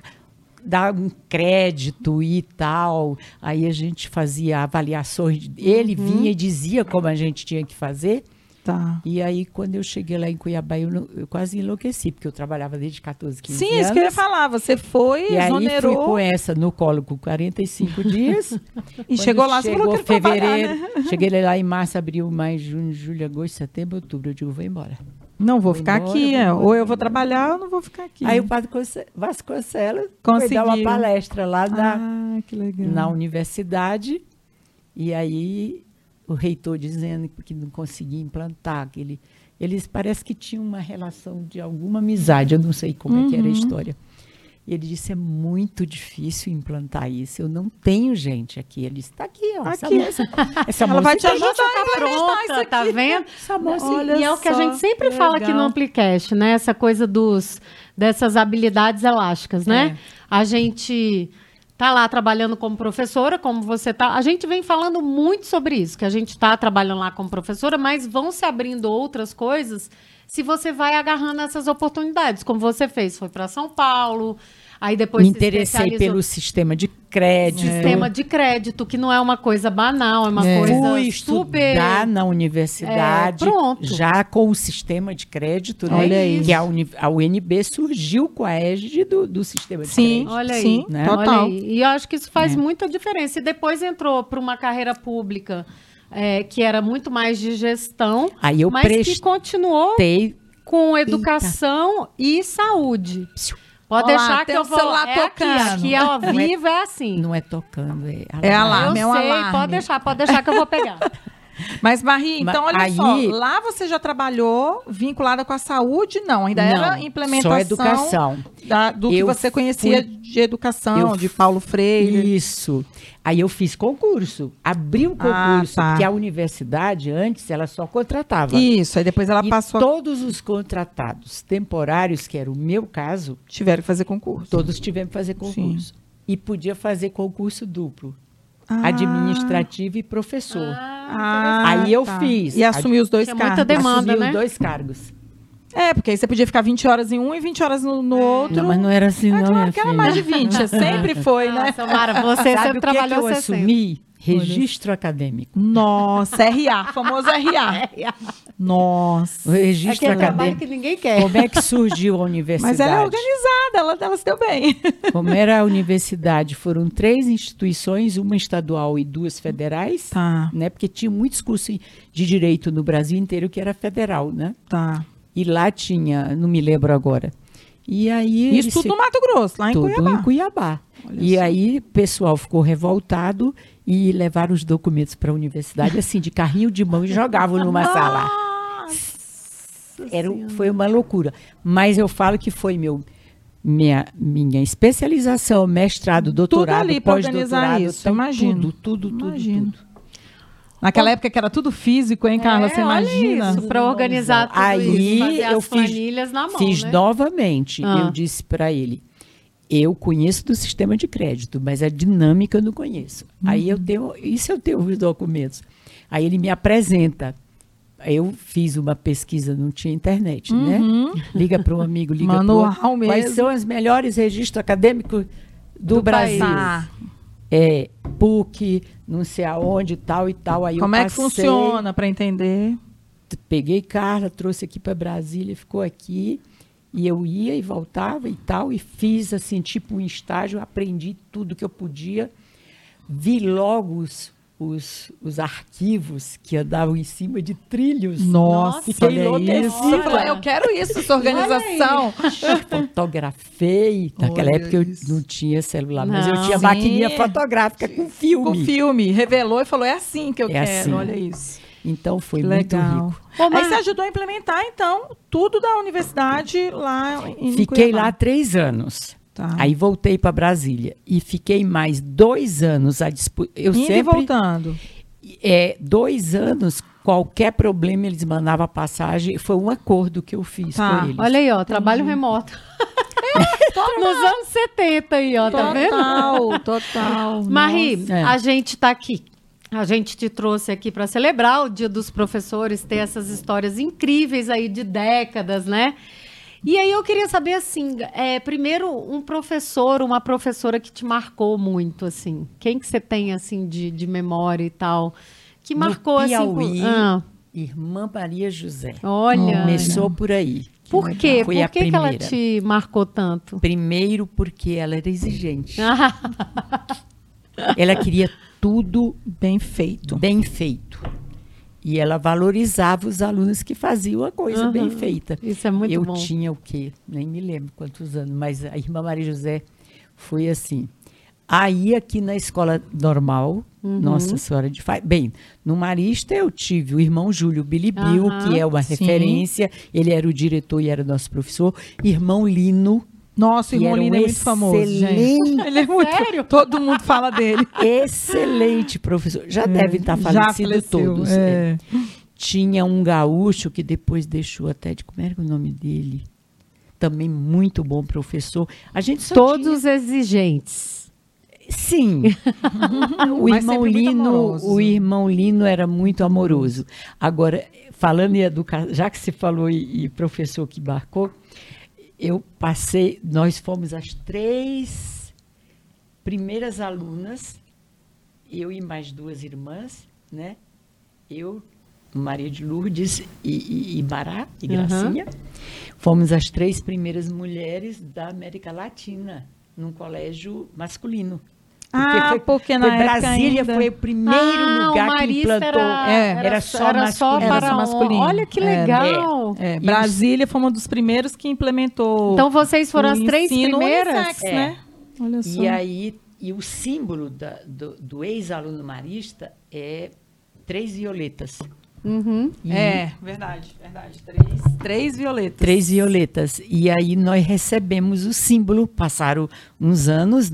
Speaker 3: dar um crédito e tal. Aí a gente fazia avaliações. Ele vinha e dizia como a gente tinha que fazer.
Speaker 1: Tá.
Speaker 3: E aí, quando eu cheguei lá em Cuiabá, eu, não- eu quase enlouqueci, porque eu trabalhava desde 14, 15
Speaker 1: Sim,
Speaker 3: anos.
Speaker 1: é isso que eu ia falar. Você foi,
Speaker 3: E aí, fui
Speaker 1: exonerou
Speaker 3: com essa no colo com 45 dias.
Speaker 1: [laughs] e
Speaker 3: Quando
Speaker 1: chegou lá, você falou
Speaker 3: chegou
Speaker 1: que queria trabalhar,
Speaker 3: fevereiro.
Speaker 1: né? [laughs]
Speaker 3: Cheguei lá em março, abril, maio, junho, julho, agosto, setembro, outubro. Eu digo, vou embora.
Speaker 1: Não vou
Speaker 3: Vou
Speaker 1: ficar
Speaker 3: embora,
Speaker 1: aqui.
Speaker 3: vou
Speaker 1: é. Ou
Speaker 3: embora,
Speaker 1: eu
Speaker 3: vou
Speaker 1: vou
Speaker 3: embora.
Speaker 1: trabalhar ou não vou ficar aqui.
Speaker 3: Aí o padre Conce- Vasconcelos foi dar uma
Speaker 1: Conseguiu.
Speaker 3: palestra lá na,
Speaker 1: Ah, que
Speaker 2: É.
Speaker 1: legal.
Speaker 3: na universidade. E aí o reitor dizendo que não conseguia implantar aquele. Eles parece que tinham uma relação de alguma amizade, eu não sei como é que
Speaker 2: Uhum.
Speaker 3: era a história. E ele disse: é muito difícil implantar isso. Eu não tenho gente aqui. Ele disse: está aqui, ó. Essa
Speaker 1: Aqui.
Speaker 2: [laughs]
Speaker 3: moça, essa
Speaker 1: Ela
Speaker 3: moça
Speaker 1: vai te
Speaker 3: tem
Speaker 1: ajudar
Speaker 3: gente
Speaker 1: a
Speaker 3: aqui.
Speaker 1: implementar isso
Speaker 2: tá Pronta, tá
Speaker 1: aqui.
Speaker 2: vendo?
Speaker 3: Essa moça
Speaker 1: Olha
Speaker 2: e é o que a
Speaker 1: só,
Speaker 2: gente sempre
Speaker 1: que
Speaker 2: fala aqui no
Speaker 1: legal.
Speaker 2: Amplicast, né? Essa coisa dos dessas habilidades elásticas,
Speaker 1: É.
Speaker 2: né? A gente tá lá trabalhando como professora, como você tá. A gente vem falando muito sobre isso, que a gente tá trabalhando lá como professora, mas vão se abrindo outras coisas se você vai agarrando essas oportunidades, como você fez, foi para São Paulo, aí depois
Speaker 3: me
Speaker 2: se
Speaker 3: interessei
Speaker 2: especializou
Speaker 3: pelo sistema de crédito.
Speaker 2: sistema de crédito, que não é uma coisa banal, é uma
Speaker 1: É.
Speaker 2: coisa
Speaker 3: Fui
Speaker 2: super
Speaker 3: estudar na universidade,
Speaker 2: É, pronto. É
Speaker 3: já com o sistema de crédito, né?
Speaker 1: Olha aí.
Speaker 3: Que a, Uni- a UNB surgiu com a égide do, do sistema de
Speaker 1: Sim,
Speaker 3: crédito.
Speaker 2: Olha aí.
Speaker 1: sim,
Speaker 3: Né?
Speaker 1: total.
Speaker 2: Então, Olha aí. E eu acho que isso
Speaker 3: É.
Speaker 2: faz muita diferença. E depois entrou para uma carreira pública é, que era muito mais de gestão,
Speaker 3: Aí eu
Speaker 2: mas
Speaker 3: prestei,
Speaker 2: que continuou com educação e saúde.
Speaker 3: Psiu.
Speaker 2: Pode
Speaker 1: Olha lá,
Speaker 2: deixar que
Speaker 1: tem
Speaker 2: eu
Speaker 1: um
Speaker 2: vou
Speaker 1: celular
Speaker 2: é aqui,
Speaker 1: tocando.
Speaker 2: Aqui ela
Speaker 3: Não é-
Speaker 2: viva é assim.
Speaker 3: não é tocando, é
Speaker 1: É alarme.
Speaker 3: alarme.
Speaker 1: é
Speaker 2: eu
Speaker 1: um
Speaker 2: sei,
Speaker 1: alarme.
Speaker 2: pode deixar, pode deixar que eu vou
Speaker 3: [laughs]
Speaker 2: pegar.
Speaker 1: Mas, Marie,
Speaker 3: Ma-
Speaker 1: então, olha
Speaker 3: aí-
Speaker 1: só. Lá você já trabalhou vinculada com a saúde? Não, ainda
Speaker 3: Não,
Speaker 1: era implementação
Speaker 3: Só educação.
Speaker 1: da- do que
Speaker 3: Eu
Speaker 1: você conhecia de educação,
Speaker 3: eu
Speaker 1: de Paulo Freire.
Speaker 3: Isso. Aí eu fiz concurso, abri um
Speaker 1: Ah,
Speaker 3: concurso,
Speaker 1: tá.
Speaker 3: porque a universidade antes ela só contratava.
Speaker 1: Isso, aí depois ela
Speaker 3: E
Speaker 1: passou a...
Speaker 3: todos os contratados temporários, que era o meu caso,
Speaker 1: Tiveram que fazer concurso.
Speaker 3: Todos tivemos que fazer concurso. E podia fazer concurso duplo,
Speaker 1: Ah,
Speaker 3: administrativo e professor.
Speaker 1: ah,
Speaker 3: Aí eu fiz.
Speaker 1: E assumi os dois
Speaker 2: Tinha
Speaker 1: cargos.
Speaker 2: muita demanda,
Speaker 3: Assumi
Speaker 2: né?
Speaker 3: os dois cargos.
Speaker 1: É, porque aí você podia ficar 20 horas em um e 20 horas no, no outro.
Speaker 3: Não, mas não era assim,
Speaker 1: É
Speaker 3: não,
Speaker 1: claro
Speaker 3: minha
Speaker 1: que era
Speaker 3: filha.
Speaker 1: mais de 20, sempre foi,
Speaker 3: [laughs]
Speaker 1: né?
Speaker 2: Nossa, Mara, Ah, você
Speaker 3: Sabe
Speaker 2: sempre
Speaker 3: o que, é que
Speaker 2: trabalhou
Speaker 3: eu
Speaker 2: 60.
Speaker 3: assumi? Registro acadêmico.
Speaker 1: Nossa, RA, famoso RA.
Speaker 3: [laughs] É,
Speaker 1: Nossa.
Speaker 3: O registro
Speaker 2: Aquele trabalho
Speaker 3: acadêmico.
Speaker 2: que ninguém quer.
Speaker 3: Como é que [laughs] surgiu a universidade?
Speaker 1: Mas ela é organizada, ela, ela se deu bem.
Speaker 3: Como era a universidade? Foram três instituições, uma estadual e duas federais.
Speaker 1: Tá,
Speaker 3: Né? Porque tinha muitos cursos de direito no Brasil inteiro que era federal, né?
Speaker 1: tá.
Speaker 3: E lá tinha, não me lembro agora. E aí
Speaker 1: Isso
Speaker 3: eles
Speaker 1: tudo no
Speaker 3: fi-
Speaker 1: Mato Grosso, lá em
Speaker 3: tudo
Speaker 1: Cuiabá.
Speaker 3: em Cuiabá.
Speaker 1: Olha
Speaker 3: E
Speaker 1: só.
Speaker 3: aí o pessoal ficou revoltado e levaram os documentos para a universidade assim de carrinho de mão e
Speaker 1: [laughs]
Speaker 3: jogavam numa sala. Era, um- foi uma loucura. Mas eu falo que foi meu minha, minha especialização, mestrado, doutorado,
Speaker 1: ali pra organizar
Speaker 3: pós-doutorado,
Speaker 1: isso,
Speaker 3: tudo,
Speaker 1: imagino.
Speaker 3: tudo, tudo, tudo,
Speaker 1: Imagino.
Speaker 3: tudo.
Speaker 1: Naquela época que era tudo físico, hein, Carla?
Speaker 2: É,
Speaker 1: você
Speaker 2: olha
Speaker 1: imagina?
Speaker 2: Isso, para organizar tudo
Speaker 3: Aí
Speaker 2: isso, fazer
Speaker 3: eu
Speaker 2: as
Speaker 3: fiz-
Speaker 2: planilhas na mão,
Speaker 3: Fiz
Speaker 2: né?
Speaker 3: novamente.
Speaker 2: Ah.
Speaker 3: Eu disse para ele: Eu conheço do sistema de crédito, mas a dinâmica eu não conheço. Aí
Speaker 1: Uhum.
Speaker 3: eu tenho, isso eu tenho os documentos. Aí ele me apresenta. Eu fiz uma pesquisa, não tinha internet, né? Liga para um amigo, liga para
Speaker 1: Uhum. Manual
Speaker 3: outro. Quais
Speaker 1: mesmo.
Speaker 3: são os melhores registros acadêmicos do,
Speaker 2: Do
Speaker 3: Brasil?
Speaker 1: Tá.
Speaker 3: É, PUC, não sei aonde, tal e tal. Aí eu
Speaker 1: Como é que
Speaker 3: passei,
Speaker 1: funciona para entender?
Speaker 3: t- peguei Carla, trouxe aqui para Brasília, ficou aqui. E eu ia e voltava e tal, e fiz assim, tipo um estágio, aprendi tudo que eu podia. Vi logo os, os, os arquivos que andavam em cima de trilhos.
Speaker 1: Nossa,
Speaker 3: Fiquei
Speaker 1: olha
Speaker 3: enlouquecida.
Speaker 1: isso.
Speaker 4: Você falou, eu quero isso, essa organização.
Speaker 3: [laughs] Fotografei. Naquela
Speaker 1: Olha
Speaker 3: época
Speaker 1: isso.
Speaker 3: eu não tinha celular, mas eu
Speaker 2: Não.
Speaker 3: tinha
Speaker 1: Sim.
Speaker 3: maquininha fotográfica com filme.
Speaker 1: Com filme, revelou e falou: é assim que eu
Speaker 3: É
Speaker 1: quero,
Speaker 3: assim.
Speaker 1: olha isso.
Speaker 3: Então foi
Speaker 1: Que
Speaker 3: muito
Speaker 1: legal.
Speaker 3: rico.
Speaker 2: Ô, Mar-
Speaker 1: Aí você ajudou a implementar, então, tudo da universidade lá em
Speaker 3: Fiquei
Speaker 1: Cuiabá.
Speaker 3: lá três anos.
Speaker 1: Tá.
Speaker 2: Ah.
Speaker 3: Aí voltei para Brasília e fiquei mais dois anos à disposição. Eu
Speaker 1: Indo e
Speaker 3: sempre
Speaker 1: voltando.
Speaker 3: é, dois anos qualquer problema eles mandavam a passagem. Foi um acordo que eu fiz
Speaker 1: Tá,
Speaker 3: com eles.
Speaker 2: Olha aí, ó, trabalho
Speaker 3: [laughs]
Speaker 2: remoto. [laughs] Nos anos 70 aí, ó, tá vendo?
Speaker 1: Total, total.
Speaker 2: Marie,
Speaker 3: É.
Speaker 2: a gente tá aqui. A gente te trouxe aqui para celebrar o Dia dos Professores, ter essas histórias incríveis aí de décadas, né? E aí eu queria saber assim, é, primeiro um professor, uma professora que te marcou muito assim. Quem que você tem assim de, de memória e tal que
Speaker 3: No
Speaker 2: marcou assim? com-
Speaker 3: Piauí.
Speaker 2: Ah,
Speaker 3: Irmã Maria José.
Speaker 2: olha.
Speaker 3: Começou por aí.
Speaker 2: Por quê?
Speaker 3: Foi
Speaker 2: Por
Speaker 3: a
Speaker 2: que, que ela
Speaker 3: primeira.
Speaker 2: te marcou tanto? [laughs]
Speaker 3: Primeiro porque ela era exigente.
Speaker 2: Ah.
Speaker 3: Ela queria tudo
Speaker 1: Bem feito.
Speaker 3: bem feito. E ela valorizava os alunos que faziam a coisa bem
Speaker 2: Aham.
Speaker 3: feita.
Speaker 2: Isso é muito
Speaker 3: eu
Speaker 2: bom.
Speaker 3: tinha o quê? Nem me lembro quantos anos, mas a irmã Maria José foi assim. Aí aqui na escola normal,
Speaker 2: Uhum.
Speaker 3: Nossa Senhora de Fátima, bem, no Marista eu tive o irmão Júlio Bilibil,
Speaker 2: Aham,
Speaker 3: que é uma
Speaker 1: sim.
Speaker 3: referência, ele era o diretor e era nosso professor, irmão Lino,
Speaker 1: Nossa, o
Speaker 3: E
Speaker 1: irmão
Speaker 3: era um
Speaker 1: Lino é muito famoso, gente.
Speaker 3: excelente-
Speaker 1: Ele é muito. Todo mundo fala dele. É.
Speaker 3: excelente professor,
Speaker 2: É.
Speaker 3: já [laughs] deve estar
Speaker 1: Já
Speaker 3: falecido
Speaker 1: faleceu,
Speaker 3: todos. é.
Speaker 1: é.
Speaker 3: Tinha um gaúcho que depois deixou até de como era o nome dele. Também muito bom professor. A gente só
Speaker 2: Todos
Speaker 3: tinha-
Speaker 2: os exigentes.
Speaker 1: [laughs]
Speaker 3: Sim. o
Speaker 1: Mas
Speaker 3: irmão
Speaker 1: sempre muito
Speaker 3: Lino,
Speaker 1: amoroso.
Speaker 3: o irmão Lino era muito amoroso. Agora, falando em educação, já que se falou e, e professor que embarcou, eu passei, nós fomos as três primeiras alunas, eu e mais duas irmãs, né? Eu, Maria de Lourdes e, e, e Mará, e
Speaker 2: Aham.
Speaker 3: Gracinha. Fomos as três primeiras mulheres da América Latina num colégio masculino. Porque
Speaker 1: Ah,
Speaker 3: foi,
Speaker 1: porque na
Speaker 3: foi
Speaker 1: época
Speaker 3: Brasília
Speaker 1: ainda-
Speaker 3: foi o primeiro
Speaker 2: Ah, o
Speaker 3: lugar que
Speaker 2: Marista
Speaker 3: implantou.
Speaker 2: Era,
Speaker 1: É,
Speaker 2: era,
Speaker 3: era
Speaker 2: só,
Speaker 3: só
Speaker 2: era só
Speaker 3: masculino.
Speaker 2: para
Speaker 1: Era só
Speaker 2: masculino.
Speaker 1: masculino.
Speaker 2: Olha que
Speaker 1: É,
Speaker 2: legal.
Speaker 1: É, Brasília foi um dos primeiros que implementou.
Speaker 2: Então vocês foram
Speaker 1: o
Speaker 2: as três
Speaker 1: ensino
Speaker 2: primeiras?
Speaker 1: unissex,
Speaker 3: É.
Speaker 1: né? Olha só.
Speaker 3: E aí, e o símbolo da- do, do ex-aluno marista é três violetas.
Speaker 2: Uhum.
Speaker 3: E-
Speaker 1: É, verdade, verdade. Três, três violetas.
Speaker 3: Três violetas. E aí nós recebemos o símbolo. Passaram uns anos,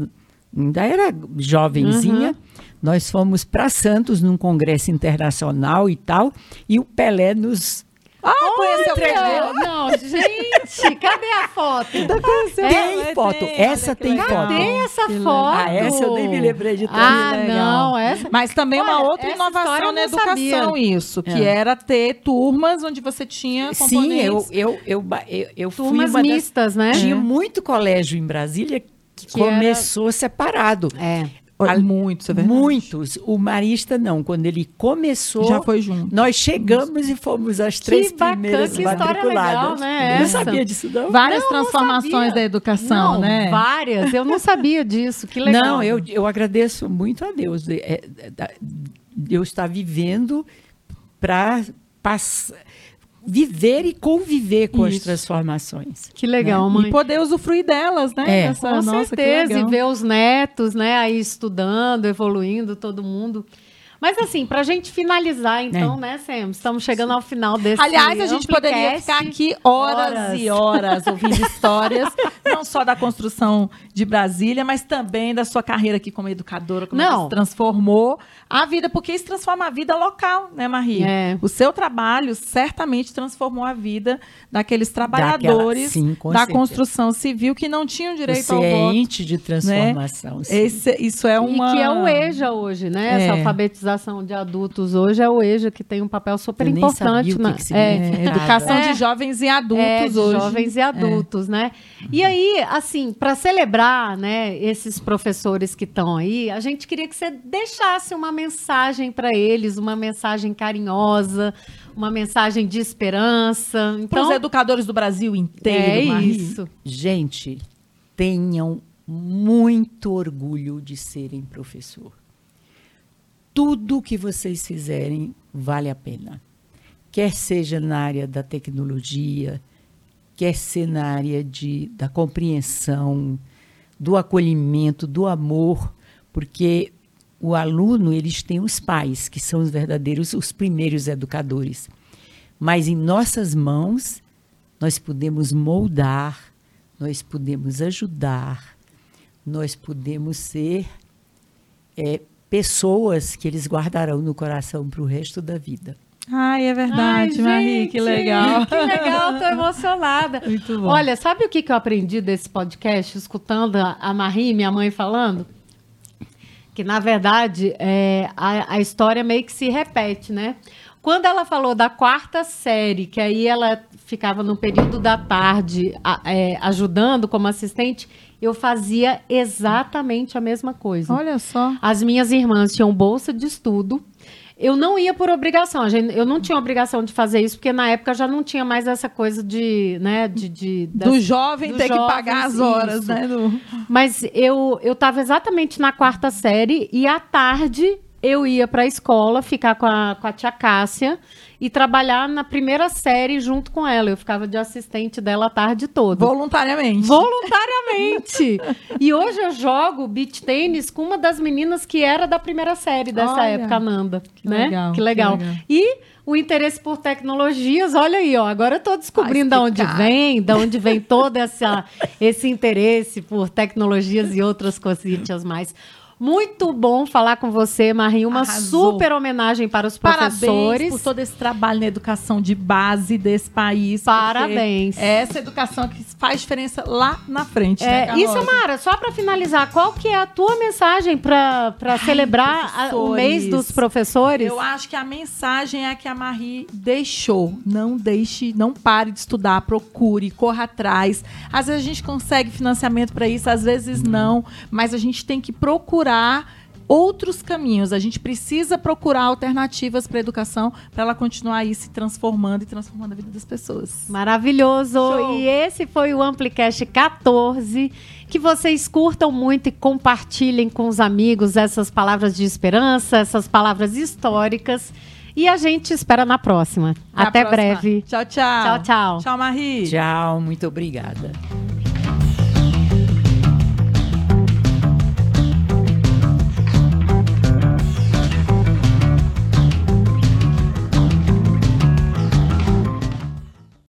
Speaker 3: ainda era jovenzinha. Nós fomos para Santos num congresso internacional e tal. E o Pelé nos.
Speaker 1: Ah, conheceu o
Speaker 2: Não,
Speaker 1: Pelé.
Speaker 2: não, gente, [laughs] cadê a foto?
Speaker 1: Conheceu o
Speaker 2: É,
Speaker 3: Tem
Speaker 1: Pelé,
Speaker 3: foto,
Speaker 1: tem,
Speaker 3: essa
Speaker 1: olha que
Speaker 3: tem
Speaker 1: legal.
Speaker 3: foto.
Speaker 2: Cadê essa foto?
Speaker 3: Ah, essa eu nem me lembrei de tanto.
Speaker 2: Ah,
Speaker 1: Que legal.
Speaker 2: não, essa.
Speaker 1: Mas também uma
Speaker 2: Olha,
Speaker 1: outra
Speaker 2: essa história eu
Speaker 1: inovação na
Speaker 2: não sabia.
Speaker 1: educação, isso, que
Speaker 3: É.
Speaker 1: era ter turmas onde você tinha
Speaker 3: Sim,
Speaker 1: componentes.
Speaker 3: eu, eu, eu, ba- eu, eu fui
Speaker 2: é um Turmas
Speaker 3: uma das
Speaker 2: mistas, né?
Speaker 3: Tinha muito colégio em Brasília que,
Speaker 2: Que era-
Speaker 3: começou separado.
Speaker 2: É.
Speaker 1: Olha, muito, isso é verdade.
Speaker 3: Muitos. O Marista não. Quando ele começou,
Speaker 1: Já foi junto.
Speaker 3: nós chegamos e fomos as três
Speaker 2: bacana,
Speaker 3: primeiras
Speaker 2: que história
Speaker 3: matriculadas.
Speaker 2: legal, né,
Speaker 3: Não
Speaker 2: essa?
Speaker 3: sabia disso, não?
Speaker 1: Várias
Speaker 2: Não, não
Speaker 1: transformações
Speaker 2: sabia.
Speaker 1: da educação,
Speaker 2: não,
Speaker 1: né?
Speaker 2: várias. Eu não sabia disso. Que legal.
Speaker 3: Não, eu, eu agradeço muito a Deus. É, é, da- eu estar vivendo para viver e conviver com as
Speaker 1: Isso.
Speaker 3: transformações.
Speaker 2: Que legal, mãe.
Speaker 1: E poder usufruir delas, né?
Speaker 3: É.
Speaker 1: Dessa-
Speaker 2: Com
Speaker 1: nossa, que
Speaker 2: certeza, e
Speaker 1: legal.
Speaker 2: ver os netos, né, aí estudando, evoluindo, todo mundo. Mas assim, para a gente finalizar, então, né, Sam? Estamos chegando ao final desse
Speaker 4: Aliás, a gente poderia
Speaker 2: Amplicast.
Speaker 4: ficar aqui horas, e horas ouvindo
Speaker 2: [laughs]
Speaker 4: histórias.
Speaker 1: Não só da construção de Brasília, mas também da sua carreira aqui como educadora, como
Speaker 2: Não.
Speaker 1: ela se transformou a vida, porque isso transforma a vida local, né, Maria?
Speaker 2: É.
Speaker 1: O seu trabalho certamente transformou a vida daqueles trabalhadores
Speaker 3: sim, com
Speaker 1: da
Speaker 3: certeza.
Speaker 1: construção civil que não tinham direito
Speaker 3: Você
Speaker 1: ao
Speaker 3: é
Speaker 1: voto. né?
Speaker 3: ente de transformação. sim.
Speaker 1: Esse- isso é uma.
Speaker 2: E que é o EJA hoje,
Speaker 1: É.
Speaker 2: né? Essa alfabetização de adultos hoje é o EJA que tem um papel super
Speaker 3: Eu nem sabia
Speaker 2: importante
Speaker 3: o que
Speaker 2: na
Speaker 3: que
Speaker 2: é,
Speaker 1: [laughs] É, educação de jovens e adultos
Speaker 2: é, de
Speaker 1: hoje. É.
Speaker 2: jovens e adultos, né? E aí, assim, para celebrar, né, esses professores que estão aí, a gente queria que você deixasse uma mensagem para eles, uma mensagem carinhosa, uma mensagem de esperança.
Speaker 1: Para os
Speaker 2: Então,
Speaker 1: educadores do Brasil inteiro,
Speaker 2: é
Speaker 1: Maria.
Speaker 2: isso.
Speaker 3: Gente, tenham muito orgulho de serem professor. Tudo que vocês fizerem vale a pena. Quer seja na área da tecnologia, quer ser na área de, da compreensão, do acolhimento, do amor, porque o aluno, eles têm os pais, que são os verdadeiros, os primeiros educadores. Mas em nossas mãos, nós podemos moldar, nós podemos ajudar, nós podemos ser eh, pessoas que eles guardarão no coração para o resto da vida.
Speaker 1: Ai, é verdade,
Speaker 2: Ai,
Speaker 1: Maria, que
Speaker 2: gente,
Speaker 1: legal.
Speaker 2: Que legal, tô emocionada.
Speaker 1: [laughs] Muito bom.
Speaker 2: Olha, sabe o que, que eu aprendi desse podcast, escutando a a Marie, minha mãe, falando? Que, na verdade, é, a, a história meio que se repete, né? Quando ela falou da quarta série, que aí ela ficava no período da tarde a- é, ajudando como assistente, eu fazia exatamente a mesma coisa.
Speaker 1: Olha só.
Speaker 2: As minhas irmãs tinham bolsa de estudo. Eu não ia por obrigação, a gente- eu não tinha obrigação de fazer isso, porque na época já não tinha mais essa coisa de, né, de... de- das-
Speaker 1: do jovem
Speaker 2: dos
Speaker 1: ter que
Speaker 2: jovens,
Speaker 1: pagar as horas,
Speaker 2: isso.
Speaker 1: né? do-
Speaker 2: Mas eu, eu tava exatamente na quarta série e à tarde eu ia pra escola ficar com a, com a tia Cássia e trabalhar na primeira série junto com ela. Eu ficava de assistente dela a tarde toda.
Speaker 1: Voluntariamente.
Speaker 2: Voluntariamente. e hoje eu jogo beach tênis com uma das meninas que era da primeira série dessa
Speaker 1: Olha,
Speaker 2: época, a Nanda.
Speaker 1: que
Speaker 2: né?
Speaker 1: legal,
Speaker 2: que legal.
Speaker 1: que legal.
Speaker 2: E o interesse por tecnologias, olha aí, ó, agora eu tô descobrindo de
Speaker 1: Vai
Speaker 2: onde
Speaker 1: explicar.
Speaker 2: vem, de onde vem todo essa, esse interesse por tecnologias e outras coisitas mais. Muito bom falar com você, Marinho. Uma
Speaker 1: Arrasou.
Speaker 2: super homenagem para os
Speaker 1: Parabéns
Speaker 2: professores.
Speaker 1: por todo esse trabalho na educação de base desse país. porque
Speaker 2: Parabéns.
Speaker 1: É essa educação que faz diferença lá na frente. né,
Speaker 2: É,
Speaker 1: Carlota?
Speaker 2: e Samara, só para finalizar, qual que é a tua mensagem para celebrar a- o mês
Speaker 1: professores.
Speaker 2: dos professores?
Speaker 1: Eu acho que a mensagem é a que a Marie deixou. Não deixe, não pare de estudar, procure, corra atrás. Às vezes a gente consegue financiamento para isso, às vezes não, mas a gente tem que procurar outros caminhos. A gente precisa procurar alternativas para a educação para ela continuar aí se transformando e transformando a vida das pessoas.
Speaker 2: Maravilhoso!
Speaker 1: Show.
Speaker 2: E esse foi o Amplicast 14. Que vocês curtam muito e compartilhem com os amigos essas palavras de esperança, essas palavras históricas. E a gente espera na próxima. Até
Speaker 1: a próxima.
Speaker 2: breve.
Speaker 1: Tchau, tchau.
Speaker 2: Tchau, tchau.
Speaker 1: Tchau, Marie.
Speaker 3: Tchau, muito obrigada.